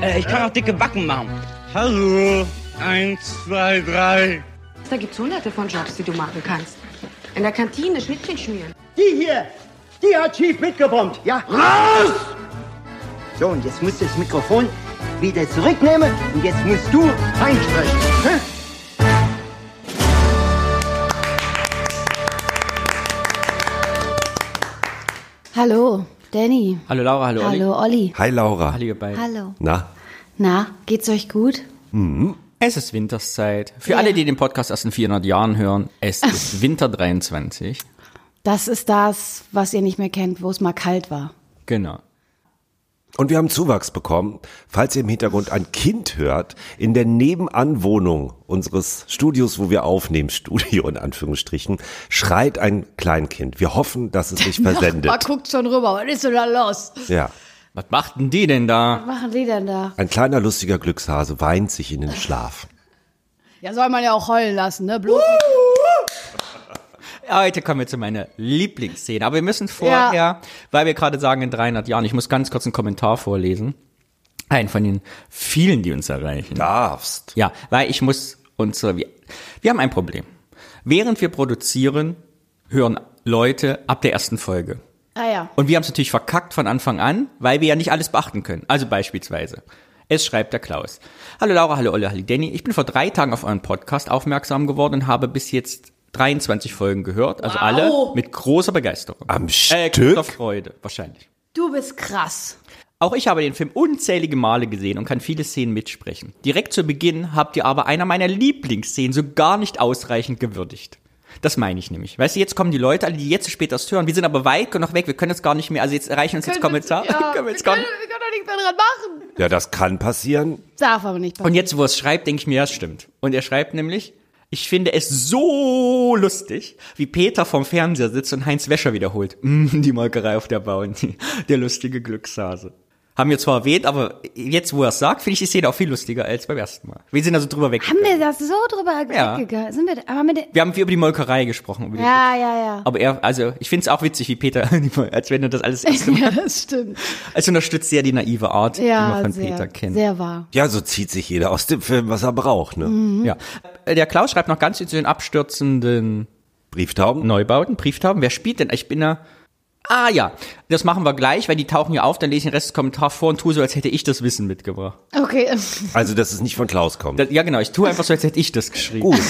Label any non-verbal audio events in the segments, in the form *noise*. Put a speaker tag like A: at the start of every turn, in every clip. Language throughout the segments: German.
A: Äh, ich kann auch dicke Backen machen. Hallo. Eins, zwei, drei.
B: Da gibt's hunderte von Jobs, die du machen kannst. In der Kantine Schnittchen schmieren.
C: Die hier, die hat schief mitgebombt. Ja, raus! So, und jetzt musst du das Mikrofon wieder zurücknehmen und jetzt musst du reinsprechen. Hä?
D: Hallo, Danny.
E: Hallo Laura, hallo, Olli.
D: Hallo, Olli.
F: Hi Laura.
E: Hallo ihr beiden.
D: Hallo.
F: Na,
D: Na, geht's euch gut?
E: Es ist Winterszeit. Für alle, die den Podcast erst in 400 Jahren hören, es ist Winter 23.
D: Das ist das, was ihr nicht mehr kennt, wo es mal kalt war.
E: Genau.
F: und wir haben Zuwachs bekommen. Falls ihr im Hintergrund ein Kind hört, in der Nebenanwohnung unseres Studios, wo wir aufnehmen, Studio in Anführungsstrichen, schreit ein Kleinkind. Wir hoffen, dass es sich
D: Man
F: versendet.
D: guckt schon rüber. Was ist denn da los?
F: Ja.
E: Was machten die denn da?
D: Was machen die denn da?
F: Ein kleiner lustiger Glückshase weint sich in den Schlaf.
D: Ja, soll man ja auch heulen lassen, ne? Bloß
E: Heute kommen wir zu meiner Lieblingsszene. Aber wir müssen vorher, weil wir gerade sagen, in 300 Jahren, ich muss ganz kurz einen Kommentar vorlesen. Einen von den vielen, die uns erreichen.
F: Darfst.
E: Ja, weil ich muss unsere. Wir, wir haben ein Problem. Während wir produzieren, hören Leute ab der ersten Folge.
D: Ah ja.
E: Und wir haben es natürlich verkackt von Anfang an, weil wir ja nicht alles beachten können. Also beispielsweise. Es schreibt der Klaus. Hallo Laura, hallo Olle, hallo Danny. Ich bin vor drei Tagen auf euren Podcast aufmerksam geworden und habe bis jetzt 23 Folgen gehört. Also alle mit großer Begeisterung.
F: Am
E: äh, großer
F: Stück?
E: Freude, wahrscheinlich.
D: Du bist krass.
E: Auch ich habe den Film unzählige Male gesehen und kann viele Szenen mitsprechen. Direkt zu Beginn habt ihr aber einer meiner Lieblingsszenen so gar nicht ausreichend gewürdigt. Das meine ich nämlich. Weißt du, jetzt kommen die Leute, alle, die jetzt spät das hören. Wir sind aber weit genug weg, wir können jetzt gar nicht mehr. Also jetzt erreichen uns jetzt Kommentare. *laughs* können wir jetzt gar nicht.
D: doch nichts mehr dran machen.
F: Ja, das kann passieren.
D: Darf aber nicht.
E: Und jetzt, wo er es schreibt, denke ich mir, ja, es stimmt. Und er schreibt nämlich, ich finde es so lustig, wie Peter vom Fernseher sitzt und Heinz Wäscher wiederholt. *laughs* Mm, die Molkerei auf der Bounty, der lustige Glückshase. Haben wir zwar erwähnt, aber jetzt, wo er es sagt, finde ich die Szene auch viel lustiger als beim ersten Mal. Wir sind also drüber weg.
D: haben wir das so drüber
E: Ja.
D: weggegangen? Sind wir, da- aber mit der,
E: wir haben viel über die Molkerei gesprochen. Über die
D: Ja, ja, ja.
E: aber er, also ich finde es auch witzig, wie Peter, *laughs* als wenn er das alles
D: *laughs*
E: erst
D: ja, das stimmt.
E: als unterstützt sehr die naive Art, die
D: Ja,
E: man von
D: sehr,
E: Peter kennt.
D: sehr wahr.
F: Ja, so zieht sich jeder aus dem Film, was er braucht, ne?
E: Ja. Äh, Der Klaus schreibt noch ganz viel zu den abstürzenden
F: Brieftauben?
E: Neubauten, Brieftauben. Wer spielt denn? Ich bin da. Ah ja, das machen wir gleich, weil die tauchen hier auf, dann lese ich den Rest des Kommentars vor und tue so, als hätte ich das Wissen mitgebracht.
D: Okay.
F: Also, dass es nicht von Klaus kommt.
E: Das, ja genau, ich tue einfach so, als hätte ich das geschrieben.
F: Gut.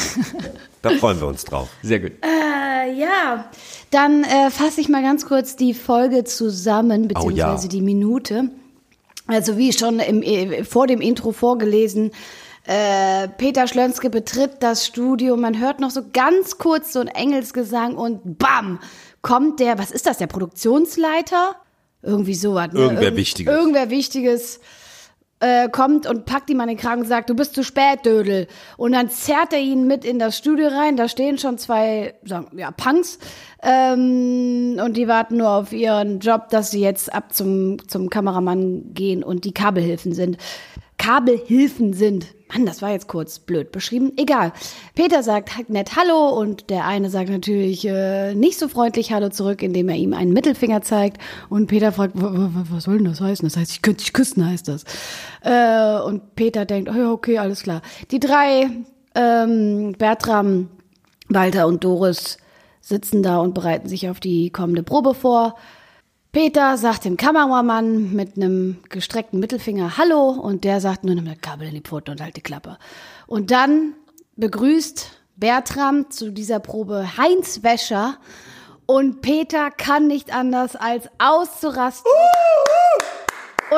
F: da freuen wir uns drauf.
E: *laughs* Sehr gut.
D: Äh, ja, dann äh, fasse ich mal ganz kurz die Folge zusammen, beziehungsweise
F: Oh ja.
D: die Minute. Also wie schon im, äh, vor dem Intro vorgelesen, äh, Peter Schlönske betritt das Studio, man hört noch so ganz kurz so ein Engelsgesang und bam, kommt der, was ist das, der Produktionsleiter? Irgendwie sowas. Ne?
F: Irgendwer Wichtiges.
D: Irgendwer Wichtiges äh, kommt und packt ihm an den Kragen und sagt, du bist zu spät, Dödel. Und dann zerrt er ihn mit in das Studio rein. Da stehen schon zwei sagen, ja, Punks ähm, und die warten nur auf ihren Job, dass sie jetzt ab zum, zum Kameramann gehen und die Kabelhilfen sind. Kabelhilfen sind. Mann, das war jetzt kurz blöd beschrieben. Egal. Peter sagt halt nett Hallo und der eine sagt natürlich äh, nicht so freundlich Hallo zurück, indem er ihm einen Mittelfinger zeigt. Und Peter fragt, "W- w- was soll denn das heißen? Das heißt, ich könnte dich küssen, heißt das. Äh, und Peter denkt, oh ja, okay, alles klar. Die drei, ähm, Bertram, Walter und Doris, sitzen da und bereiten sich auf die kommende Probe vor. Peter sagt dem Kameramann mit einem gestreckten Mittelfinger Hallo und der sagt nur nimm das Kabel in die Pfoten und halt die Klappe. Und dann begrüßt Bertram zu dieser Probe Heinz Wäscher und Peter kann nicht anders als auszurasten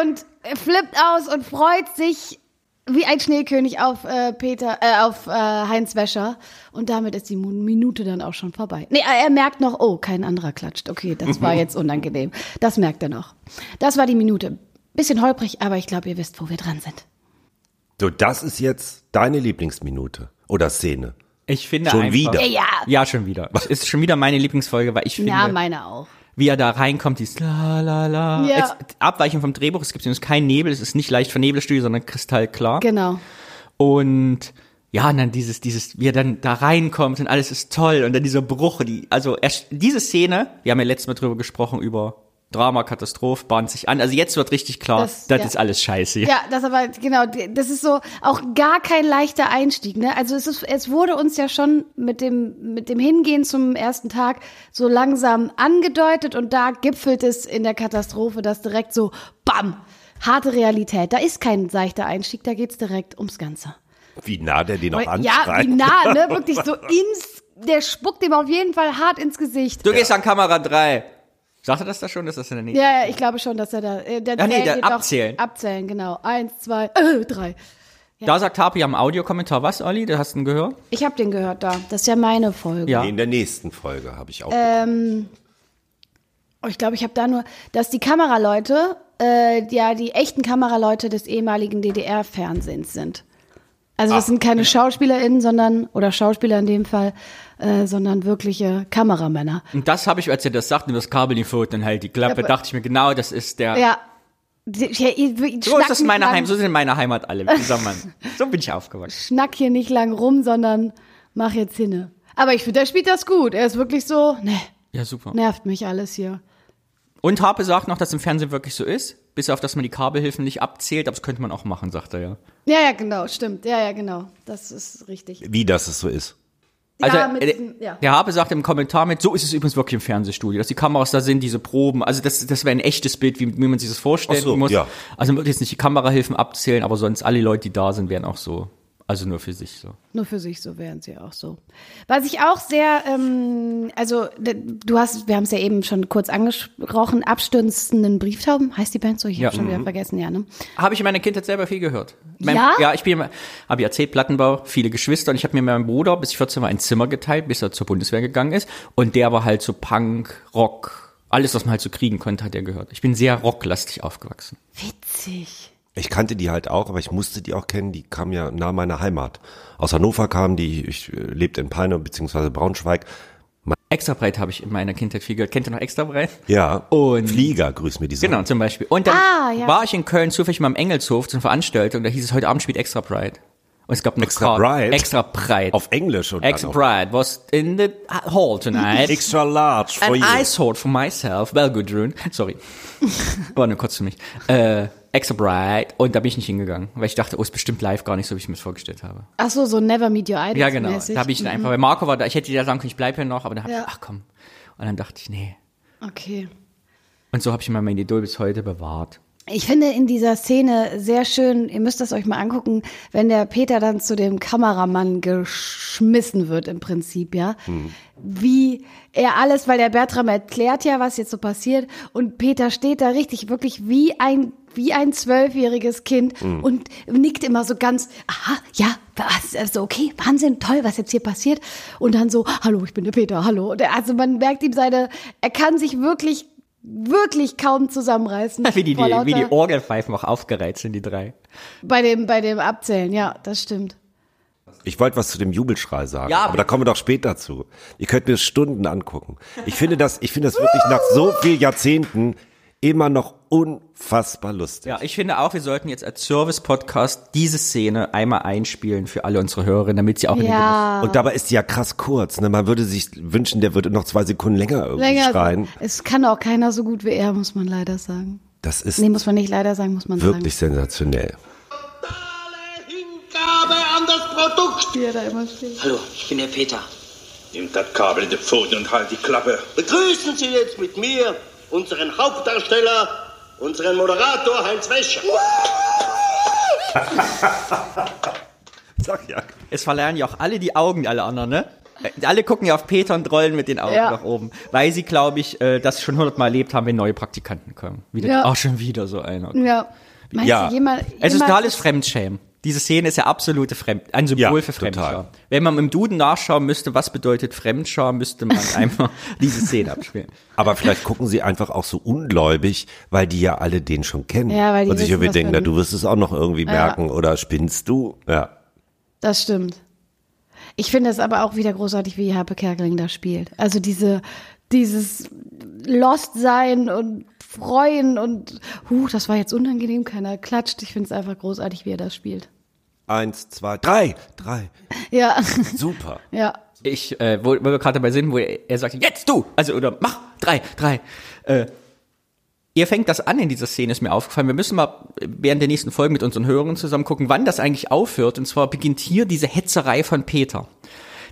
D: und flippt aus und freut sich wie ein Schneekönig auf äh, Peter, äh, auf äh, Heinz Wäscher. Und damit ist die Mu- Minute dann auch schon vorbei. Nee, er er merkt noch, oh, kein anderer klatscht. Okay, das war jetzt unangenehm. Das merkt er noch. Das war die Minute. Bisschen holprig, aber ich glaube, ihr wisst, wo wir dran sind.
F: So, das ist jetzt deine Lieblingsminute oder Szene.
E: Ich finde
F: Schon
E: einfach,
F: wieder? Ja,
D: ja.
E: Ja, schon wieder. Es ist schon wieder meine Lieblingsfolge, weil ich finde,
D: Ja, meine auch.
E: wie er da reinkommt, dieses la la la.
D: Ja.
E: Jetzt, Abweichung vom Drehbuch, es gibt übrigens keinen Nebel, es ist nicht leicht vernebelstudie, sondern kristallklar.
D: Genau.
E: Und ja, und dann dieses, dieses, wie er dann da reinkommt und alles ist toll und dann dieser Bruch, die, also erst, diese Szene, wir haben ja letztes Mal drüber gesprochen, über Drama, Katastrophe, bahnt sich an. Also jetzt wird richtig klar, das,
D: Das- ja.
E: ist alles scheiße.
D: Ja, das aber, genau, das ist so auch gar kein leichter Einstieg, ne? Also es ist, es wurde uns ja schon mit dem, mit dem Hingehen zum ersten Tag so langsam angedeutet und da gipfelt es in der Katastrophe, dass direkt so, bam, harte Realität. Da ist kein leichter Einstieg, da geht's direkt ums Ganze.
F: Wie nah der den auch
D: Ja,
F: anschreit.
D: wie nah,
E: *laughs*
D: ne? Wirklich
F: *laughs*
D: so ins, der spuckt dem auf jeden Fall hart ins Gesicht.
E: Du gehst an Kamera 3. Sagt er das da schon? Ist das in der nächsten?
D: Ja, ja, ich glaube schon, dass er da. äh, Der
E: Ach nee,
D: Zähl
E: der
D: geht doch-
E: abzählen.
D: Abzählen, genau. Eins, zwei, äh, drei.
E: Da sagt Tapi am Audiokommentar, was, Olli? Du hast ihn gehört?
D: Ich habe den gehört da. Das ist ja meine Folge.
E: Ja.
F: Nee, in der nächsten Folge habe ich auch.
D: Äh. Oh, ich glaube, ich habe da nur, dass die Kameraleute, äh, ja, die echten Kameraleute des ehemaligen DDR-Fernsehens sind. Also
E: Ah,
D: das sind keine SchauspielerInnen, sondern, oder Schauspieler in dem Fall, äh, sondern wirkliche Kameramänner.
E: Und das habe ich, als er das sagt, nimm das Kabel in die Pfote und halt die Klappe,
D: Ja, aber-
E: dachte ich mir, genau, das ist der.
D: Ja. Die- ja ihr, ihr
E: So ist das
D: schnackt
E: meine
D: nicht
E: Heimat,
D: lang-
E: so sind in meiner
D: *laughs*
E: Heimat alle zusammen. so bin ich aufgewachsen.
D: schnack hier nicht lang rum, sondern mach jetzt hinne. Aber ich finde, der spielt das gut. Er ist wirklich so, ne,
E: Ja, super.
D: nervt mich alles hier.
E: Und Harpe sagt noch, dass im Fernsehen wirklich so ist, bis auf, dass man die Kabelhilfen nicht abzählt, aber das könnte man auch machen, sagt er ja.
D: Ja, ja, genau, stimmt. Ja, ja, genau. Das ist richtig.
F: wie das es so ist.
E: Also,
D: ja, mit
E: äh,
D: diesem, ja.
E: der Habe sagt im Kommentar mit, so ist es übrigens wirklich im Fernsehstudio, dass die Kameras da sind, diese Proben, also das, das wäre ein echtes Bild, wie, wie man sich das vorstellen
F: Ach so,
E: muss.
F: ja.
E: Also man wird jetzt nicht die Kamerahilfen abzählen, aber sonst alle Leute, die da sind, wären auch so, also nur für sich so.
D: Nur für sich, so wären sie auch so. Was ich auch sehr, ähm, also d- du hast, wir haben es ja eben schon kurz angesprochen, abstürzenden Brieftauben, heißt die Band so? Ich
E: Ja. mhm.
D: habe schon wieder vergessen, ja, ne?
E: Habe ich in meiner Kindheit selber viel gehört. Mein,
D: Ja?
E: Ja, ich bin, immer- habe ich erzählt, Plattenbau, viele Geschwister und ich habe mir mit meinem Bruder bis ich 14 war ein Zimmer geteilt, bis er zur Bundeswehr gegangen ist und der war halt so Punk, Rock, alles, was man halt so kriegen konnte, hat er gehört. Ich bin sehr rocklastig aufgewachsen.
D: Witzig.
F: Ich kannte die halt auch, aber ich musste die auch kennen. Die kamen ja nahe meiner Heimat. Aus Hannover kamen die. Ich äh, lebte in Peine bzw. Braunschweig.
E: Extra breit habe ich in meiner Kindheit viel gehört. Kennt ihr noch extra breit?
F: Ja.
E: Und-
F: Flieger grüßt mir die Sonne.
E: Genau, zum Beispiel. Und dann
D: Ah, ja.
E: war ich in Köln zufällig mal im Engelshof zu einer Veranstaltung, da hieß es, heute Abend spielt Extra Pride. Und es gab noch
F: Extra
E: Karten.
F: Pride?
E: Extra Pride.
F: Auf Englisch und
E: Extra
F: dann auf
E: Pride was in the hall tonight.
F: Extra large for
E: An
F: you.
E: I sought for myself, well Gudrun, *laughs* sorry, war nur kurz für mich, äh, Extra Bright und da bin ich nicht hingegangen, weil ich dachte, oh, ist bestimmt live gar nicht so, wie ich mir das vorgestellt habe.
D: Ach so, so Never Meet Your Idols
E: Ja, genau,
D: mäßig.
E: da habe ich dann einfach, weil Marco war da, ich hätte ja sagen können, ich bleibe hier noch, aber dann habe
D: Ja.
E: ich, ach komm. Und dann dachte ich, nee.
D: Okay.
E: Und so habe ich immer mein Idol bis heute bewahrt.
D: Ich finde in dieser Szene sehr schön, ihr müsst das euch mal angucken, wenn der Peter dann zu dem Kameramann geschmissen wird im Prinzip, ja.
E: Mhm.
D: Wie er alles, weil der Bertram erklärt ja, was jetzt so passiert und Peter steht da richtig wirklich wie ein wie ein zwölfjähriges Kind
E: Mhm.
D: und nickt immer so ganz, aha, ja, was, also okay, Wahnsinn, toll, was jetzt hier passiert. Und dann so, hallo, ich bin der Peter, hallo. Und er, also man merkt ihm seine, er kann sich wirklich, wirklich kaum zusammenreißen.
E: *laughs* *laughs* Wie die, die,
D: Vor lauter-
E: wie die Orgelpfeifen auch aufgereizt sind, die drei.
D: bei dem, bei dem Abzählen, ja, das stimmt.
F: Ich wollte was zu dem Jubelschrei sagen,
E: Ja,
F: aber da kommen wir doch später zu. Ihr könnt mir Stunden angucken. Ich finde das, ich finde das wirklich nach so vielen Jahrzehnten immer noch unfassbar lustig.
E: Ja, ich finde auch, wir sollten jetzt als Service-Podcast diese Szene einmal einspielen für alle unsere Hörerinnen, damit sie auch in den Genuss
D: Ja,
F: Und dabei ist die ja krass kurz. Ne? Man würde sich wünschen, der würde noch zwei Sekunden länger irgendwie schreien.
D: Es kann auch keiner so gut wie er, muss man leider sagen.
F: Das ist
D: Nee, muss man nicht leider sagen, muss man
F: wirklich sensationell.
G: Totale Hingabe an das Produkt.
D: sagen. Wie er da immer steht.
H: Hallo, ich bin der Peter.
I: Nimm das Kabel in die Pfoten und halt die Klappe.
G: Begrüßen Sie jetzt mit mir unseren Hauptdarsteller, unseren Moderator Heinz Wäscher.
F: Sag ja.
E: Es verlernen ja auch alle die Augen, alle anderen, ne? Äh, Alle gucken ja auf Peter und rollen mit den Augen
D: Ja.
E: nach oben, weil sie, glaube ich, äh, das schon hundertmal erlebt haben, wenn neue Praktikanten kommen. Wieder,
D: Ja.
E: Ach, schon wieder so einer.
D: Ja. Meinst
F: Ja.
D: du, jemand,
E: Es ist
D: jemand-
E: totales Fremdschämen. Diese Szene ist ja absolute Fremd, ein Symbol
F: Ja,
E: für Fremdscham.
F: total.
E: Wenn man im Duden nachschauen müsste, was bedeutet Fremdscham,
D: *laughs*
E: müsste man einfach diese Szene abspielen.
F: Aber vielleicht gucken sie einfach auch so ungläubig, weil die ja alle den schon kennen.
D: Ja, weil die
F: und sich
D: wissen,
F: irgendwie
D: was
F: denken,
D: wir-
F: na, du wirst es auch noch irgendwie merken oder spinnst du? Ja.
D: Das stimmt. Ich finde es aber auch wieder großartig, wie Harpe Kerkeling da spielt. Also diese, dieses Lost-Sein und Freuen und, huh, das war jetzt unangenehm, keiner klatscht. Ich finde es einfach großartig, wie er das spielt.
F: Eins, zwei, drei, drei.
D: Ja, *laughs*
F: Super.
D: ja.
E: Ich, äh, wo, wo wir gerade dabei sind, wo er, er sagt, jetzt du! Also, oder mach, drei, drei. Äh, Ihr fängt das an in dieser Szene, ist mir aufgefallen. Wir müssen mal während der nächsten Folge mit unseren Hörern zusammen gucken, wann das eigentlich aufhört. Und zwar beginnt hier diese Hetzerei von Peter.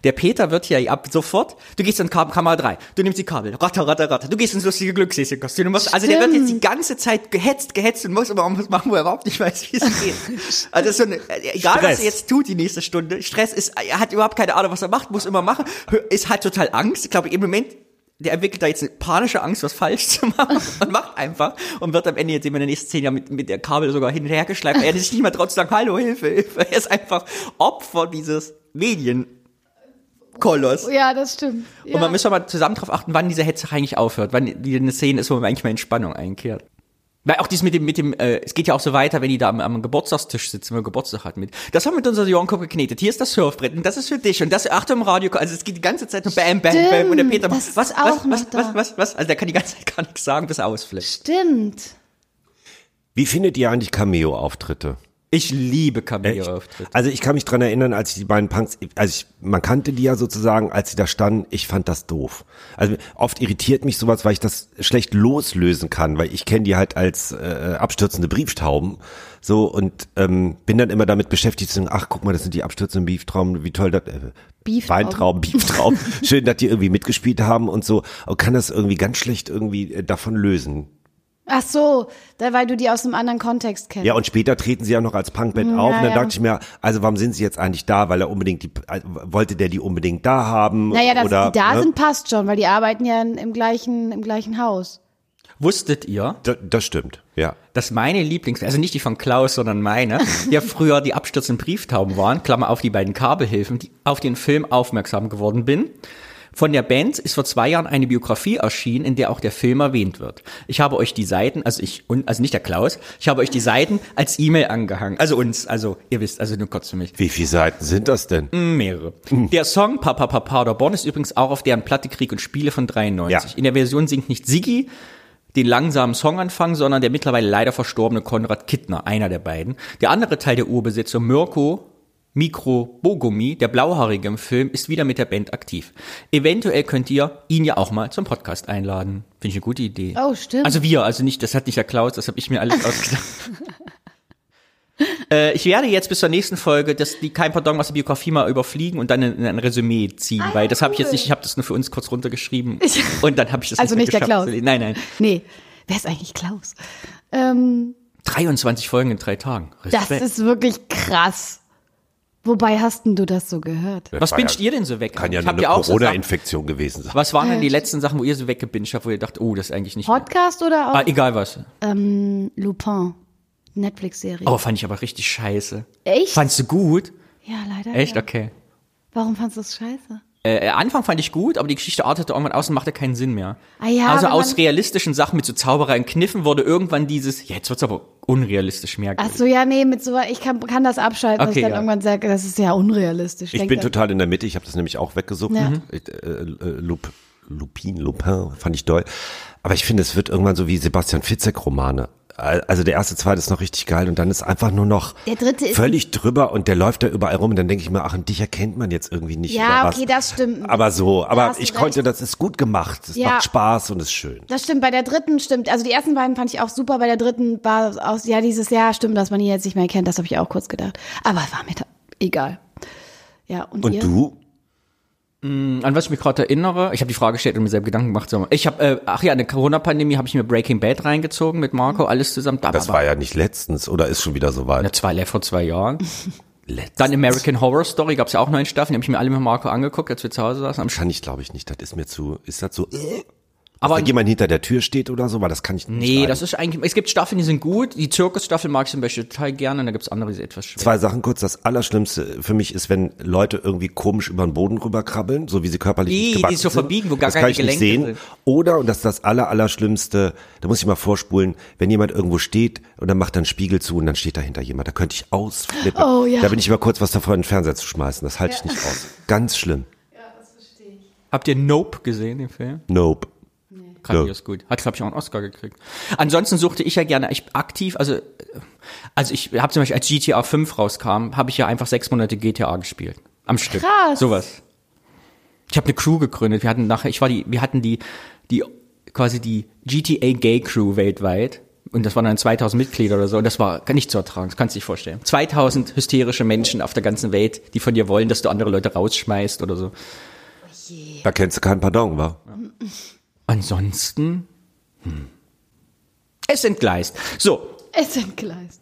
E: Der Peter wird hier ab sofort, du gehst in Kam Kammer 3, du nimmst die Kabel, ratter, ratter, ratter, du gehst ins lustige Glückssesselkostüm. du musst- Also der wird jetzt die ganze Zeit gehetzt, gehetzt und muss aber auch was machen, wo er überhaupt nicht weiß, wie es geht. Also das ist so eine, egal was
F: Stress.
E: er jetzt tut die nächste Stunde, Stress ist, er hat überhaupt keine Ahnung, was er macht, muss immer machen, hö- ist halt total Angst. Ich glaube, im Moment, der entwickelt da jetzt eine panische Angst, was falsch zu machen und macht einfach und wird am Ende jetzt in den nächsten zehn Jahren mit, mit der Kabel sogar hin und her geschleift. weil Er sich nicht mal traut zu sagen, hallo, Hilfe, Hilfe. Er ist einfach Opfer dieses Medien. Koloss.
D: Ja, das stimmt. Ja.
E: Und man muss aber zusammen darauf achten, wann diese Hetze eigentlich aufhört, wann die eine Szene ist, wo man eigentlich mal in Spannung einkehrt. Weil auch dies mit dem, mit dem, äh, es geht ja auch so weiter, wenn die da am, am Geburtstagstisch sitzen, wenn man Geburtstag hat mit. Das haben wir mit unserer Jonko geknetet. Hier ist das Surfbrett und das ist für dich und das, achte im Radio, also es geht die ganze Zeit nur bam, bam, bam und der Peter
D: das ist
E: macht, was,
D: auch
E: was, was,
D: noch da.
E: was, was, was, also der kann die ganze Zeit gar nichts sagen, bis er ausflippt.
D: Stimmt.
F: Wie findet ihr eigentlich Cameo-Auftritte?
E: Ich liebe
F: Ich-
E: Cameo-Auftritte.
F: Also ich kann mich dran erinnern, als ich die beiden Punks, also ich, man kannte die ja sozusagen, als sie da standen, ich fand das doof. Also oft irritiert mich sowas, weil ich das schlecht loslösen kann, weil ich kenne die halt als äh, abstürzende Brieftauben. So und ähm, bin dann immer damit beschäftigt zu sagen, ach guck mal, das sind die abstürzenden Brieftrauben, wie toll das äh,
D: Beeftrauben.
F: Weintrauben, Beeftrauben. Schön, dass die irgendwie mitgespielt haben und so, aber kann das irgendwie ganz schlecht irgendwie äh, davon lösen.
D: Ach so, da, weil du die aus einem anderen Kontext kennst.
F: Ja, und später treten sie ja noch als Punkband auf. Und dann
D: ja.
F: dachte ich mir, also warum sind sie jetzt eigentlich da? Weil er unbedingt die, äh, wollte der die unbedingt da haben?
D: naja, dass
F: oder,
D: die da
F: ne?
D: sind, passt schon, weil die arbeiten ja in, im, gleichen, im gleichen Haus.
E: Wusstet ihr,
F: Da, das stimmt, ja.
E: dass meine Lieblings, also nicht die von Klaus, sondern meine, ja früher die abstürzenden Brieftauben waren, Klammer auf die beiden Kabelhilfen, die auf den Film aufmerksam geworden bin. Von der Band ist vor zwei Jahren eine Biografie erschienen, in der auch der Film erwähnt wird. Ich habe euch die Seiten, also ich, und, also nicht der Klaus, ich habe euch die Seiten als E-Mail angehangen. Also uns, also ihr wisst, also nur kurz für mich.
F: Wie viele Seiten sind das denn?
E: Hm, Mehrere. Der Song Papa Papa Paderborn ist übrigens auch auf deren Platte Krieg und Spiele von 93.
F: Ja.
E: In der Version singt nicht Siggi den langsamen Songanfang, sondern der mittlerweile leider verstorbene Konrad Kittner, einer der beiden. Der andere Teil der Urbesitzer, Mirko Mikro Bogomi, der Blauhaarige im Film, ist wieder mit der Band aktiv. Eventuell könnt ihr ihn ja auch mal zum Podcast einladen. Finde ich eine gute Idee.
D: Oh, stimmt.
E: Also wir, also nicht, das hat nicht der Klaus, das habe ich
D: *laughs*
E: mir alles ausgedacht. Äh, Ich werde jetzt bis zur nächsten Folge das, die kein Pardon aus der Biografie mal überfliegen und dann ein, ein Resümee
D: Ah,
E: ziehen, weil das habe ich jetzt nicht, ich habe das nur für uns kurz runtergeschrieben
D: *laughs*
E: und dann habe ich das
D: Also nicht
E: nicht,
D: der
E: mehr geschafft.
D: Klaus.
E: Nein, nein.
D: Nee, wer ist eigentlich Klaus? Ähm,
E: 23 Folgen in drei Tagen.
D: das
E: Respekt.
D: ist wirklich krass. Wobei hast denn du das so gehört?
E: Was
F: War ja-
E: binscht ihr denn so weg?
F: Kann ja
E: Ich
F: nur
E: hab
F: eine
E: dir auch so Sachen-
F: Corona-Infektion gewesen sein.
E: Was waren denn die
D: Äh.
E: letzten Sachen, wo ihr so weggebinscht habt, wo ihr dacht, oh, das ist eigentlich nicht.
D: Podcast oder auch ähm,
E: Ah, egal was.
D: Lupin? Netflix-Serie.
E: Oh, fand ich aber richtig scheiße.
D: Echt?
E: Fandst du gut?
D: ja, leider.
E: Echt?
D: Ja.
E: Okay.
D: Warum fandst du das scheiße?
E: Äh, Anfang fand ich gut, aber die Geschichte artete irgendwann aus und machte keinen Sinn mehr.
D: Ah ja,
E: also
D: aber
E: aus
D: man-
E: realistischen Sachen mit so Zauberer und Kniffen wurde irgendwann dieses, ja, jetzt wird's aber unrealistisch mehr.
D: Ach so, ja, nee, mit so, ich kann, kann das abschalten, dass
E: Okay,
D: ich dann
E: ja.
D: irgendwann sage, das ist ja unrealistisch.
F: Ich
D: Denk
F: bin
D: dann-
F: total in der Mitte, ich habe das nämlich auch weggesucht.
D: Ja.
E: Mhm.
F: Ich, äh, äh, Lup, Lupin, Lupin, fand ich doll. Aber ich finde, es wird irgendwann so wie Sebastian Fitzek-Romane. Also der erste, zweite ist noch richtig geil und dann ist einfach nur noch
D: Der dritte ist-
F: völlig drüber und der läuft da überall rum und dann denke ich mir, ach, und dich erkennt man jetzt irgendwie nicht.
D: Ja,
F: oder was.
D: okay, das stimmt.
F: Aber so,
D: Da
F: aber
D: hast du
F: ich
D: recht.
F: konnte, das ist gut gemacht. Es
D: Ja.
F: macht Spaß und ist schön.
D: Das stimmt, bei der dritten stimmt. Also die ersten beiden fand ich auch super, bei der dritten war aus, ja, dieses Jahr stimmt, dass man ihn jetzt nicht mehr kennt, das habe ich auch kurz gedacht. Aber war mir da egal. Ja, und,
F: Und
D: ihr?
F: du?
E: An was ich mich gerade erinnere, ich habe die Frage gestellt und mir selber Gedanken gemacht. sag mal. Ich habe, äh, ach ja, in der Corona-Pandemie habe ich mir Breaking Bad reingezogen mit Marco, alles zusammen. Da
F: Das
E: aber-
F: war ja nicht letztens oder ist schon wieder soweit?
E: Ja, zwei, vor
D: *laughs*
E: zwei Jahren.
F: Letztens.
E: Dann American Horror Story gab es ja auch neun Staffeln, die habe ich mir alle mit Marco angeguckt, als wir zu Hause saßen. Am Sch-
F: Kann ich, glaube ich, nicht. Das ist mir zu, ist das so, äh?
E: Aber
F: Wenn jemand hinter der Tür steht oder so, weil das kann ich nicht.
E: nee,
F: leiden.
E: das ist eigentlich, es gibt Staffeln, die sind gut. Die Zirkus-Staffel mag ich zum Beispiel total gerne und da gibt es andere, die sind etwas schwer.
F: Zwei Sachen kurz. Das Allerschlimmste für mich ist, wenn Leute irgendwie komisch über den Boden rüberkrabbeln, so wie sie körperlich
E: Ih,
F: nicht
E: die
F: gewachsen
E: so
F: sind.
E: verbiegen, wo gar
F: das kann
E: keine
F: ich nicht
E: Gelenke
F: sehen.
E: sind.
F: Oder, und das ist das Aller, Allerschlimmste, da muss ich mal vorspulen, wenn jemand irgendwo steht und dann macht er einen Spiegel zu und dann steht dahinter jemand, da könnte ich ausflippen.
D: Oh, ja.
F: Da bin ich mal kurz was davon, den Fernseher zu schmeißen. Das halte ich nicht aus. Ganz schlimm.
E: Habt ihr Nope gesehen, den Film?
F: Nope.
E: Grandios gut. Hat, glaube ich, auch einen Oscar gekriegt. Ansonsten suchte ich ja gerne ich aktiv, also, äh, also ich habe zum Beispiel, als GTA 5 rauskam, habe ich ja einfach sechs Monate GTA gespielt. Am Stück.
D: Krass.
E: Sowas. Ich habe eine Crew gegründet. Wir hatten nachher, ich war die, wir hatten die, die quasi die GTA Gay Crew weltweit. Und das waren dann 2000 Mitglieder oder so. Und das war gar nicht zu ertragen. Das kannst du dich vorstellen. 2000 hysterische Menschen auf der ganzen Welt, die von dir wollen, dass du andere Leute rausschmeißt oder so.
F: Da kennst du keinen Pardon, wa?
E: Ansonsten, hm. es entgleist. So,
D: *laughs* Es entgleist.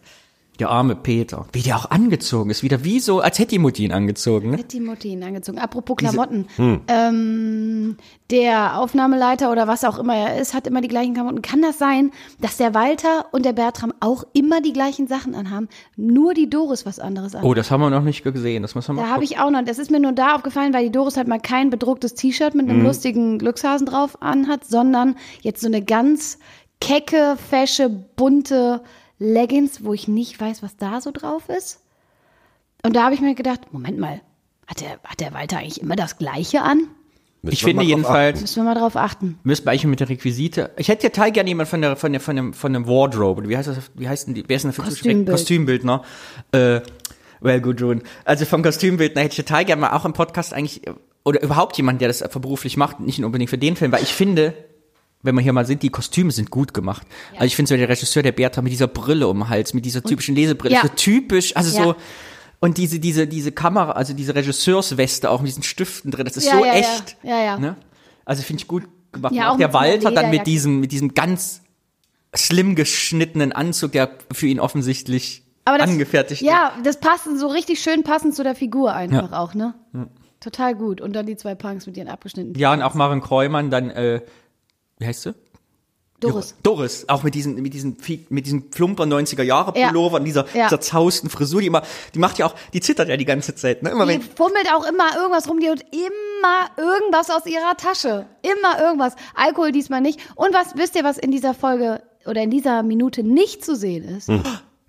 E: der arme Peter, wie der auch angezogen ist, wieder wie so, als hätte die Mutti ihn angezogen. Ne?
D: Hat die Mutti ihn angezogen. Apropos Klamotten. Ähm, der Aufnahmeleiter oder was auch immer er ist, hat immer die gleichen Klamotten. Kann das sein, dass der Walter und der Bertram auch immer die gleichen Sachen anhaben, nur die Doris was anderes anhat?
E: Oh, das haben wir noch nicht gesehen. Das müssen wir
D: Da
E: mal
D: habe ich auch noch, das ist mir nur da aufgefallen, weil die Doris halt mal kein bedrucktes T-Shirt mit
E: Mhm.
D: einem lustigen Glückshasen drauf anhat, sondern jetzt so eine ganz kecke, fesche, bunte Leggings, wo ich nicht weiß, was da so drauf ist. Und da habe ich mir gedacht, Moment mal, hat der, hat der Walter eigentlich immer das Gleiche an?
F: Müssen
E: Ich
F: wir
E: finde
F: mal drauf
E: jedenfalls,
D: Müssen wir mal drauf achten.
E: müssen wir eigentlich mit der Requisite. Ich hätte ja total gerne jemand von der, von der, von dem, von dem Wardrobe. Wie heißt das? Wie heißt denn die? Wer ist denn dafür
D: Kostümbild.
E: zuständig? Kostümbildner. Äh, well, good June. Also vom Kostümbildner hätte ich total gerne mal auch im Podcast eigentlich, oder überhaupt jemand, der das verberuflich macht, nicht unbedingt für den Film, weil ich finde, wenn wir hier mal sind, die Kostüme sind gut gemacht. Also ich finde so der Regisseur, der Bertha, mit dieser Brille um den Hals, mit dieser typischen Lesebrille,
D: Ja.
E: so typisch, also
D: Ja.
E: so, und diese, diese, diese Kamera, also diese Regisseursweste auch mit diesen Stiften drin, das ist
D: Ja,
E: so
D: ja, ja.
E: echt.
D: Ja, ja.
E: Ne? Also finde ich gut gemacht.
D: Ah. Ja,
E: Und
D: auch
E: auch der
D: mit so einer
E: Walter dann
D: Lederjacke.
E: mit diesem, mit diesem ganz schlimm geschnittenen Anzug, der für ihn offensichtlich
D: Aber das,
E: angefertigt
D: Ja, das passt so richtig schön passend zu der Figur einfach auch, ne? Total gut. Und dann die zwei Punks mit ihren abgeschnittenen.
E: Ja, und auch Maren Kräumann dann, äh, wie heißt sie?
D: Doris.
E: Doris, auch mit diesem, mit diesem, Fie- mit diesem plumper 90er-Jahre-Pullover
D: Ja.
E: und dieser
D: Ja.
E: zerzausten Frisur, die immer, die macht ja auch, die zittert ja die ganze Zeit, ne? Immer
D: Die
E: wenn,
D: fummelt auch immer irgendwas rum, die holt immer irgendwas aus ihrer Tasche. Immer irgendwas. Alkohol diesmal nicht. Und was wisst ihr, was in dieser Folge oder in dieser Minute nicht zu sehen ist?
F: Hm.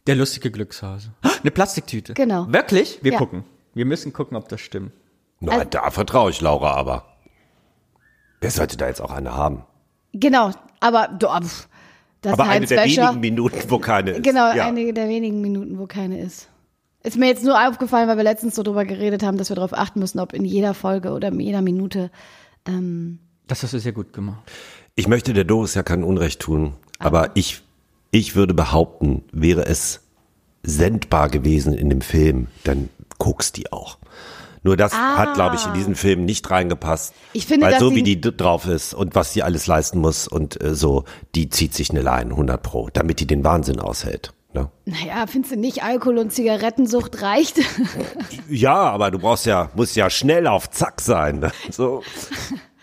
E: der lustige Glückshase. Eine Plastiktüte.
D: Genau.
E: Wirklich? Wir
D: Ja.
E: gucken. Wir müssen gucken, ob das stimmt.
F: Na,
D: Also-
F: da vertraue ich Laura aber. Wer sollte da jetzt auch eine haben?
D: Genau, aber du, ah, pf, das
F: Aber
D: ist halt
F: eine der
D: Special.
F: wenigen Minuten, wo keine ist.
D: Genau,
F: ja.
D: eine der wenigen Minuten, wo keine ist. Ist mir jetzt nur aufgefallen, weil wir letztens so drüber geredet haben, dass wir darauf achten müssen, ob in jeder Folge oder in jeder Minute.
E: Das hast du sehr gut gemacht.
F: Ich möchte der Doris ja kein Unrecht tun, aber
D: Ah.
F: ich, ich würde behaupten, wäre es sendbar gewesen in dem Film, dann guckst die auch. Nur das hat, glaube ich, in diesen Film nicht reingepasst.
D: Ah. Ich finde,
F: weil
D: dass
F: so
D: sie-
F: wie die d- drauf ist und was sie alles leisten muss und äh, so, die zieht sich eine Leine 100 pro, damit die den Wahnsinn aushält. Ne?
D: Naja, findest du nicht, Alkohol und Zigarettensucht reicht?
F: Ja, aber du brauchst ja, musst ja schnell auf Zack sein. Ne?
D: *laughs*
F: So.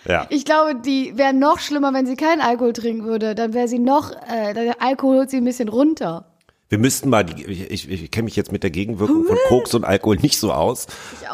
F: Ja.
D: Ich glaube, die wäre noch schlimmer, wenn sie keinen Alkohol trinken würde. Dann wäre sie noch, äh, der Alkohol holt sie ein bisschen runter.
F: Wir müssten mal, die, ich, ich, ich kenne mich jetzt mit der Gegenwirkung von Koks und Alkohol nicht so aus,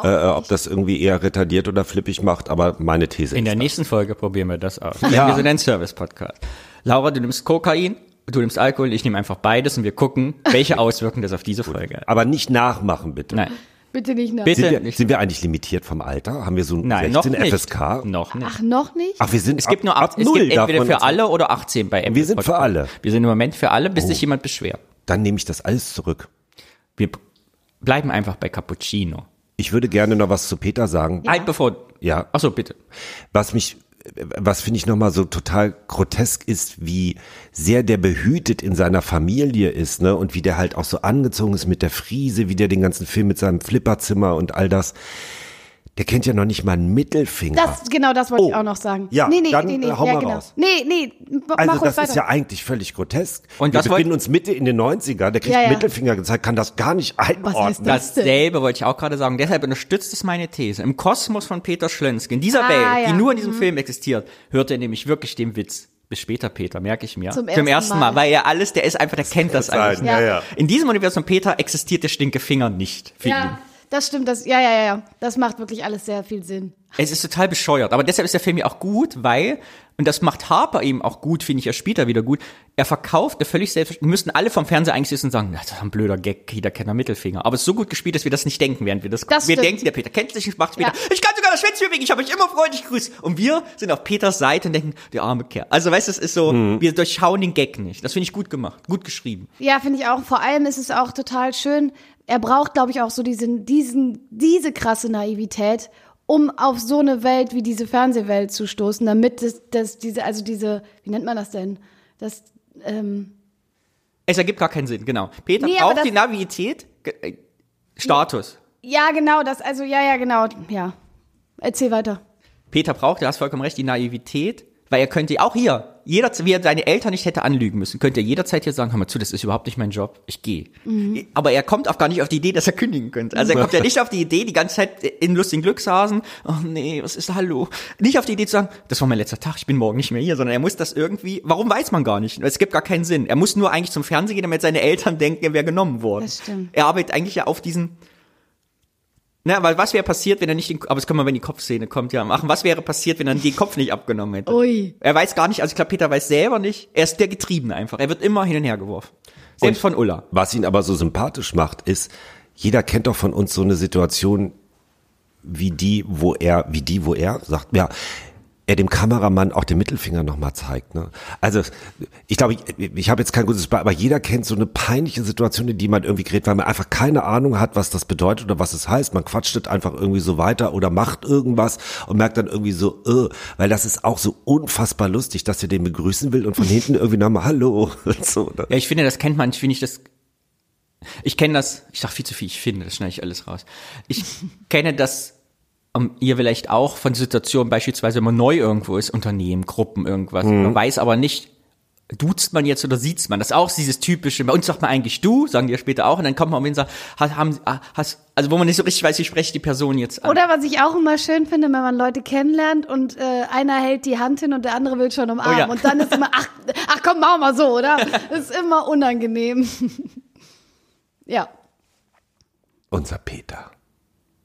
F: äh, ob das irgendwie eher retardiert oder flippig macht, aber meine These
E: In
F: ist.
E: der nächsten Folge probieren wir das aus. Wir sind ein Service-Podcast. Laura, du nimmst Kokain, du nimmst Alkohol, ich nehme einfach beides und wir gucken,
F: *laughs*
E: welche Auswirkungen das auf diese Folge hat.
F: Aber nicht nachmachen, bitte.
E: Nein,
D: Bitte nicht nach.
E: bitte
F: Sind wir,
E: nicht.
F: sind wir eigentlich limitiert vom Alter? Haben wir so ein
E: Nein, noch
F: 16
E: nicht.
F: FSK?
E: Noch nicht.
D: Ach, noch nicht?
F: Ach, wir sind
E: Es gibt nur
F: ab,
E: ab,
F: ab
E: es
F: null
E: gibt
F: darf
E: entweder
F: man
E: für
F: uns-
E: alle oder 18 bei Apple
F: Wir sind für
E: Podcast.
F: alle. Oh.
E: Wir sind im Moment für alle, bis sich jemand beschwert.
F: Dann nehme ich das alles zurück.
E: Wir b- bleiben einfach bei Cappuccino.
F: Ich würde gerne noch was zu Peter sagen.
E: Ein bevor.
F: Ja.
E: Achso, bitte.
F: Was mich, was finde ich nochmal so total grotesk ist, wie sehr der behütet in seiner Familie ist, ne? Und wie der halt auch so angezogen ist mit der Friese, wie der den ganzen Film mit seinem Flipperzimmer und all das. Der kennt ja noch nicht mal einen Mittelfinger.
D: Das, genau das wollte ich
F: Oh.
D: auch noch sagen.
F: Ja,
D: nee, nee,
F: dann,
D: nee, nee,
F: äh, hau
D: ja,
F: mal
D: genau.
F: raus.
D: Nee, nee, m- mach
F: also
D: ruhig
F: das
D: weiter.
F: ist ja eigentlich völlig grotesk.
E: Und
F: wir
E: das wollt-
F: befinden uns Mitte in den 90ern, der kriegt
D: Ja, ja.
F: Mittelfinger gezeigt, kann das gar nicht einordnen.
D: das?
E: Dasselbe wollte ich auch gerade sagen. Deshalb unterstützt es meine These. Im Kosmos von Peter Schlönske, in dieser
D: Ah,
E: Welt, die
D: ja.
E: nur in diesem Film existiert, hört er nämlich wirklich den Witz. Bis später, Peter, merke ich mir.
D: Zum ersten
E: ersten, Mal.
D: Mal.
E: Weil er alles, der ist einfach, der kennt das
F: sein,
E: alles.
F: ja,
D: ja.
F: ja.
E: In diesem Universum Peter existiert der Stinkefinger nicht für ihn.
D: ja, das stimmt, das, ja, ja, ja, ja. Das macht wirklich alles sehr viel Sinn.
E: Es ist total bescheuert, aber deshalb ist der Film ja auch gut, weil, und das macht Harper eben auch gut, finde ich, er spielt da wieder gut, er verkauft, er völlig selbst, müssten alle vom Fernseher eigentlich sitzen und sagen, "Na, das ist ein blöder Gag, jeder kennt einen Mittelfinger. Aber es ist so gut gespielt, dass wir das nicht denken, während wir das gucken.
D: Das
E: wir
D: stimmt.
E: denken, der Peter kennt sich und macht
D: Ja.
E: Peter, ich kann sogar das Schwänzchen bewegen, ich habe mich immer freundlich gegrüßt. Und wir sind auf Peters Seite und denken, der arme Kerl. Also, weißt du, es ist so, wir durchschauen den Gag nicht. Das finde ich gut gemacht, gut geschrieben.
D: Ja, finde ich auch. Vor allem ist es auch total schön. Er braucht, glaube ich, auch so diesen, diesen, diese krasse Naivität, um auf so eine Welt wie diese Fernsehwelt zu stoßen, damit das, das diese, also diese, wie nennt man das denn? Das, ähm,
E: Es ergibt gar keinen Sinn, genau. Peter
D: Nee, aber
E: braucht
D: das-
E: die Navität, ge- äh, Status.
D: ja, genau, das, also, ja, ja, genau, ja. Erzähl weiter.
E: Peter braucht, du hast vollkommen recht, die Naivität, weil er könnte auch hier, jeder, wie er seine Eltern nicht hätte anlügen müssen, könnte er jederzeit hier sagen, hör mal zu, das ist überhaupt nicht mein Job, ich gehe.
D: Mhm.
E: Aber er kommt auch gar nicht auf die Idee, dass er kündigen könnte. Also er kommt ja nicht auf die Idee, die ganze Zeit in lustigen Glückshasen, oh nee, was ist hallo, nicht auf die Idee zu sagen, das war mein letzter Tag, ich bin morgen nicht mehr hier, sondern er muss das irgendwie, warum weiß man gar nicht, es gibt gar keinen Sinn. Er muss nur eigentlich zum Fernsehen gehen, damit seine Eltern denken, er wäre genommen worden.
D: Das stimmt.
E: Er arbeitet eigentlich ja auf diesen na, weil was wäre passiert, wenn er nicht den, aber das können wir, wenn die Kopfszene kommt, ja machen. Was wäre passiert, wenn er den Kopf nicht abgenommen hätte?
D: Ui.
E: Er weiß gar nicht, also ich glaube, Peter weiß selber nicht. Er ist der Getriebene einfach. Er wird immer hin und her geworfen. Selbst von Ulla.
F: Was ihn aber so sympathisch macht, ist, jeder kennt doch von uns so eine Situation wie die, wo er, wie die, wo er sagt, ja, er dem Kameramann auch den Mittelfinger nochmal zeigt. Ne? Also ich glaube, ich, ich habe jetzt kein gutes Beispiel, aber jeder kennt so eine peinliche Situation, in die man irgendwie gerät, weil man einfach keine Ahnung hat, was das bedeutet oder was es heißt. Man quatscht das einfach irgendwie so weiter oder macht irgendwas und merkt dann irgendwie so, äh, weil das ist auch so unfassbar lustig, dass er den begrüßen will und von hinten irgendwie nochmal Hallo *laughs* und so. Ne?
E: Ja, ich finde, das kennt man. Ich finde, ich das. Ich kenne das. Ich sag viel zu viel. Ich finde, das schneide ich alles raus.
D: *laughs*
E: Ich kenne das. Um, ihr vielleicht auch von Situationen, beispielsweise, wenn man neu irgendwo ist, Unternehmen, Gruppen, irgendwas.
D: Mhm.
E: Man weiß aber nicht, duzt man jetzt oder sieht's man? Das ist auch dieses typische, bei uns sagt man eigentlich du, sagen die ja später auch, und dann kommt man um hin und sagt, hast, haben, ah, hast, also wo man nicht so richtig weiß, wie spreche ich die Person jetzt an.
D: Oder was ich auch immer schön finde, wenn man Leute kennenlernt und äh, einer hält die Hand hin und der andere will schon umarmen.
E: Oh ja.
D: Und dann ist immer, ach, ach komm, machen wir so,
E: *laughs*
D: oder? ist immer unangenehm. *laughs* ja.
F: Unser Peter.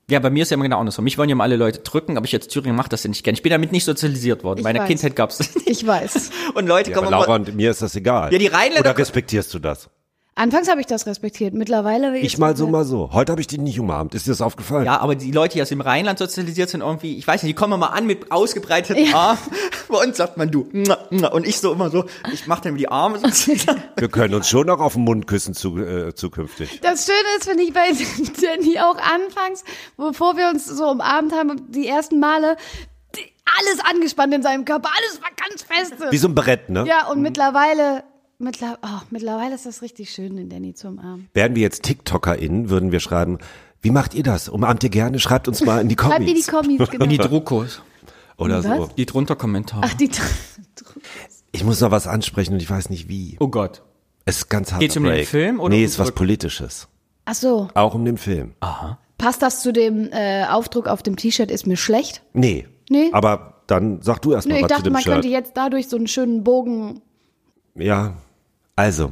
E: Ja, bei mir ist ja immer genau andersrum. Mich wollen ja immer alle Leute drücken, aber ich als Thüringer mache das ja nicht gerne. Ich bin damit nicht sozialisiert worden.
D: Ich
E: Meine
D: weiß.
E: Kindheit gab's *laughs* das nicht.
D: Ich weiß.
E: Und Leute
F: Ja,
E: kommen
F: aber
E: immer-
F: Laura und mir ist das egal.
E: Ja, die Rheinländer-
F: Oder respektierst du das?
D: Anfangs habe ich das respektiert. Mittlerweile will
F: Ich mal so, mal so. Heute habe ich dich nicht umarmt. Ist dir das aufgefallen?
E: Ja, aber die Leute, die aus dem Rheinland sozialisiert sind, irgendwie, ich weiß nicht, die kommen immer an mit ausgebreiteten Armen. *laughs* Bei uns sagt man du. mua, mua. Und ich so immer so, ich mach dann die Arme so *laughs* zusammen.
F: Wir können uns schon noch auf den Mund küssen zu, äh, zukünftig.
D: Das Schöne ist, finde ich, bei *laughs* Jenny auch anfangs, bevor wir uns so umarmt haben, die ersten Male, die, alles angespannt in seinem Körper, alles war ganz feste.
F: Wie so ein Brett, ne?
D: Ja, und mittlerweile, mittler, oh, mittlerweile ist das richtig schön, den Danny zu umarmen.
F: Wären wir jetzt TikTokerInnen, würden wir schreiben, wie macht ihr das? Umarmt ihr gerne? Schreibt uns mal in die Kommis.
D: Schreibt mir die Kommis, genau.
E: Die Druckos,
F: *laughs* Oder so.
D: Was?
E: die drunter Kommentare.
D: Ach, die
F: Ich muss noch was ansprechen und ich weiß nicht wie.
E: oh Gott.
F: Es ist ganz hart.
E: Geht's um den Film oder
F: Nee,
E: um Ah.
F: es ist was
E: zurück?
F: Politisches.
D: Ach so,
F: Auch um den Film.
D: passt das zu dem äh, Aufdruck auf dem T-Shirt, ist mir schlecht?
F: Nee.
D: Nee.
F: Aber dann sag du erst mal
D: Nö, ich
F: was zu
D: dachte,
F: dem
D: man
F: Shirt.
D: könnte jetzt dadurch so einen schönen Bogen.
F: Ja, also,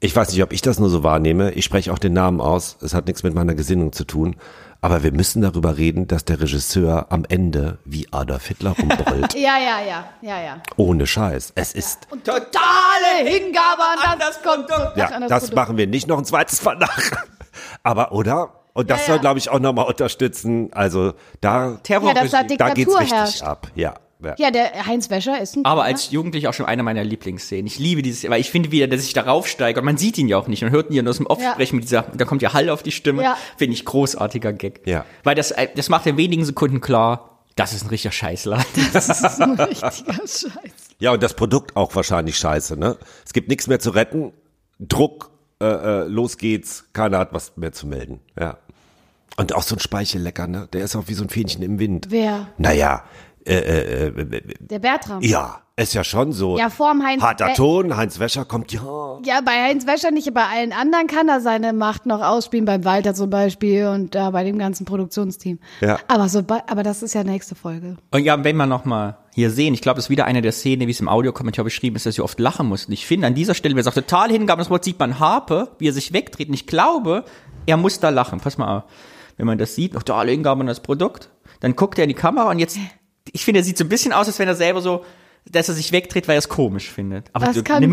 F: ich weiß nicht, ob ich das nur so wahrnehme. Ich spreche auch den Namen aus. Es hat nichts mit meiner Gesinnung zu tun. Aber wir müssen darüber reden, dass der Regisseur am Ende wie Adolf Hitler
D: *laughs*
F: rumbrüllt.
D: Ja, ja, ja, ja, ja.
F: Ohne Scheiß. Es ist.
D: Totale Hingabe an das Konto.
F: Ja, das machen wir nicht noch ein zweites Mal nach. Aber, oder? Und das
D: Ja, ja.
F: soll, glaube ich, auch nochmal unterstützen. Also, da,
E: Terror.
D: Ja, dass da
F: da geht's
D: Diktatur
F: richtig
D: herrscht.
F: ab. Ja. ja.
D: Ja, der Heinz Wäscher ist ein
E: aber
D: Kölner.
E: als Jugendlicher auch schon einer meiner Lieblingsszenen. Ich liebe dieses, weil ich finde wieder, dass ich darauf steige und man sieht ihn ja auch nicht. Man hört ihn ja nur aus dem Off
D: Ja.
E: sprechen mit dieser, da kommt ja Hall auf die Stimme.
D: Ja.
E: Finde ich großartiger Gag.
F: Ja.
E: Weil das, äh, das macht in wenigen Sekunden klar, das ist ein richtiger Scheißladen.
D: *laughs* Das ist ein richtiger Scheiß.
F: Ja, und das Produkt auch wahrscheinlich scheiße, ne? Es gibt nichts mehr zu retten. Druck, äh, äh, los geht's. Keiner hat was mehr zu melden, ja. Und auch so ein Speichellecker, ne? Der ist auch wie so ein Fähnchen im Wind.
D: Wer?
F: Naja, äh,
D: Der Bertram.
F: ja, ist ja schon so.
D: Ja, vorm Heinz-
F: Harter
D: Äh-
F: Ton, Heinz Wäscher kommt, ja.
D: Ja, bei Heinz Wäscher nicht, bei allen anderen kann er seine Macht noch ausspielen, beim Walter zum Beispiel und da bei dem ganzen Produktionsteam.
F: Ja.
D: Aber, so, aber das ist ja nächste Folge.
E: Und ja, wenn wir nochmal hier sehen, ich glaube, das ist wieder eine der Szenen, wie es im Audiokommentar beschrieben ist, dass wir oft lachen mussten. Ich finde an dieser Stelle, wer sagt, total Hingabe, das Wort sieht man Harpe, wie er sich wegdreht. Und ich glaube, er muss da lachen. Pass mal auf. Wenn man das sieht, total Hingabe an das Produkt, dann guckt er in die Kamera und jetzt, ich finde, er sieht so ein bisschen aus, als wenn er selber so, dass er sich wegdreht, weil er es komisch findet. Aber
D: Das
E: so
D: kann
E: eine
D: gut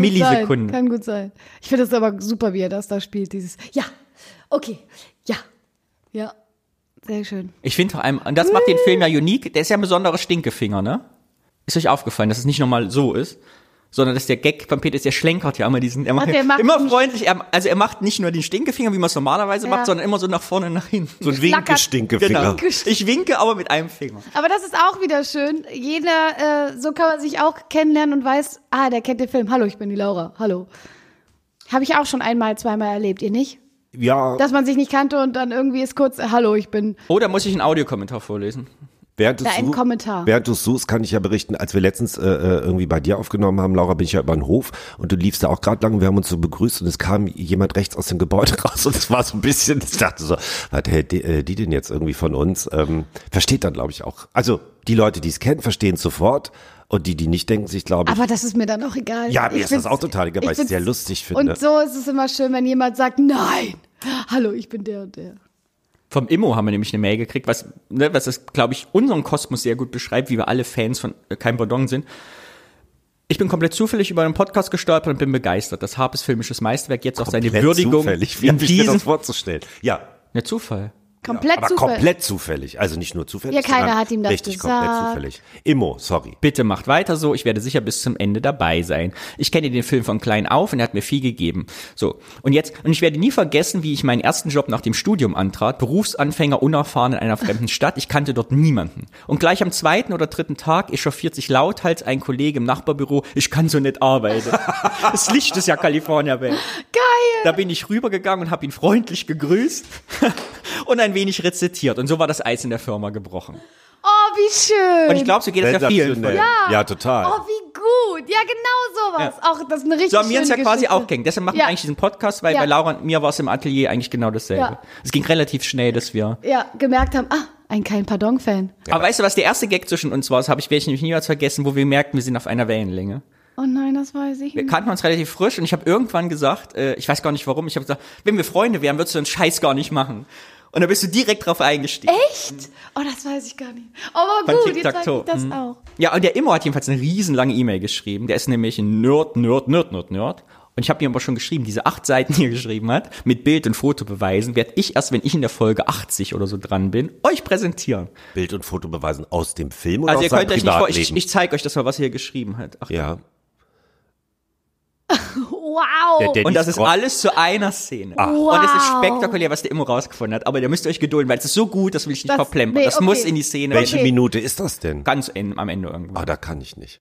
D: Sein.
E: Millisekunde.
D: Kann gut sein. Ich finde das aber super, wie er das da spielt, dieses Ja, okay, ja, ja. Sehr schön.
E: Ich finde vor allem, und das macht den Film ja unique, der ist ja ein besonderer Stinkefinger, ne? Ist euch aufgefallen, dass es nicht nochmal so ist? sondern dass der Gag beim Peter ist, der schlenkert ja immer diesen, er macht,
D: der macht
E: immer
D: einen-
E: freundlich, er, also er macht nicht nur den Stinkefinger, wie man es normalerweise macht, sondern immer so nach vorne und nach hinten.
F: So ein
D: Flackert.
F: Winkestinkefinger.
E: Genau. Ich winke aber mit einem Finger.
D: Aber das ist auch wieder schön. Jeder, äh, so kann man sich auch kennenlernen und weiß, ah, der kennt den Film. Hallo, ich bin die Laura. Hallo. Habe ich auch schon einmal, zweimal erlebt, ihr nicht?
F: Ja,
D: Dass man sich nicht kannte und dann irgendwie ist kurz, hallo, ich bin.
E: Oder muss ich einen Audiokommentar vorlesen?
F: während du
D: Da ein
F: such-
D: Kommentar.
F: Während du suchst, kann ich ja berichten, als wir letztens äh, äh, irgendwie bei dir aufgenommen haben, Laura, bin ich ja über den Hof und du liefst da auch gerade lang und wir haben uns so begrüßt und es kam jemand rechts aus dem Gebäude *laughs* raus und es war so ein bisschen, ich dachte so, was hält die, äh, die denn jetzt irgendwie von uns? Ähm, versteht dann, glaube ich, auch. Also die Leute, die es kennen, verstehen es sofort und die, die nicht denken, sich, glaube ich,
D: Aber das ist mir dann auch egal.
F: Ja,
D: Ich
F: mir ist das
D: find's-
F: auch total egal, weil ich's
D: find's-
F: sehr lustig finde.
D: Und so ist es immer schön, wenn jemand sagt, nein, hallo, ich bin der und der.
E: Vom Immo haben wir nämlich eine Mail gekriegt, was, ne, was das, glaube ich, unseren Kosmos sehr gut beschreibt, wie wir alle Fans von äh, Kein Bordon sind. Ich bin komplett zufällig über einen Podcast gestolpert und bin begeistert, dass Harpes filmisches Meisterwerk jetzt auch seine
F: komplett
E: Würdigung
F: zufällig, wie
E: in
F: hab ich mir
E: diesem...
F: das vorzustellen. Ja,
E: Ne, Zufall.
D: Komplett
F: aber
D: Zufall.
F: komplett zufällig, also nicht nur zufällig.
D: Ja, keiner
F: sondern
D: hat ihm das
F: Richtig, komplett
D: gesagt.
F: zufällig. Immo, sorry.
E: Bitte macht weiter so, ich werde sicher bis zum Ende dabei sein. Ich kenne den Film von klein auf und er hat mir viel gegeben. So, und jetzt, und ich werde nie vergessen, wie ich meinen ersten Job nach dem Studium antrat, Berufsanfänger, unerfahren in einer fremden Stadt, ich kannte dort niemanden. Und gleich am zweiten oder dritten Tag echauffiert sich lauthals ein Kollege im Nachbarbüro, ich kann so nicht arbeiten. Das Licht ist ja California Bay.
D: Geil!
E: Da bin ich rübergegangen und habe ihn freundlich gegrüßt *laughs* und ein wenig rezitiert. Und so war das Eis in der Firma gebrochen.
D: Oh, wie schön!
E: Und ich glaube, so geht es ja vielen.
F: Sensationell.
E: Folgen.
F: Ja. total.
D: Oh, wie gut. Ja, genau sowas. Auch das ist eine richtig
E: So haben wir uns ja
D: schöne
E: quasi
D: Geschichte.
E: auch kennen. Deshalb machen
D: Ja.
E: wir eigentlich diesen Podcast, weil
D: Ja.
E: bei Laura und mir war es im Atelier eigentlich genau dasselbe.
D: Ja.
E: Es ging relativ schnell, dass wir.
D: Ja, gemerkt haben, ah, ein kein Pardon-Fan.
E: Aber weißt du, was der erste Gag zwischen uns war? Das habe ich werde ich nämlich niemals vergessen, wo wir merkten, wir sind auf einer Wellenlänge.
D: Oh nein, das weiß ich
E: Wir
D: nicht.
E: kannten uns relativ frisch und ich habe irgendwann gesagt, äh, ich weiß gar nicht warum, ich habe gesagt, wenn wir Freunde wären, würdest du den Scheiß gar nicht machen. Und da bist du direkt drauf eingestiegen.
D: Echt? Oh, das weiß ich gar nicht. Oh, aber
E: Von
D: gut, jetzt weiß
E: Tic-Tac-Toe.
D: ich das
E: Mhm.
D: auch.
E: Ja, und der Immo hat jedenfalls eine riesenlange E-Mail geschrieben. Der ist nämlich ein Nerd, Nerd, Nerd, Nerd, Nerd. Und ich habe ihm aber schon geschrieben, diese acht Seiten, die er geschrieben hat, mit Bild und Fotobeweisen, werde ich erst, wenn ich in der Folge 80 oder so dran bin, euch präsentieren.
F: Bild und Foto beweisen aus dem Film oder
E: Also
F: aus
E: ihr
F: seinem
E: könnt euch nicht vor,
F: Privatleben?
E: ich, ich zeige euch das mal, was er hier geschrieben hat. Ach,
F: ja.
D: Wow.
F: Der Dennis
E: Und Oh, das ist
F: Groff-
E: alles zu einer Szene.
F: Ah.
D: Wow.
E: Und es ist spektakulär, was der Immo rausgefunden hat. Aber da müsst ihr euch gedulden, weil es ist so gut, das will ich nicht
D: Das-
E: verplempern.
D: nee,
E: das muss
D: okay.
E: in die Szene.
F: Welche
D: Okay.
F: Minute ist das denn?
E: Ganz in, am Ende irgendwann.
F: Ah, da kann ich nicht.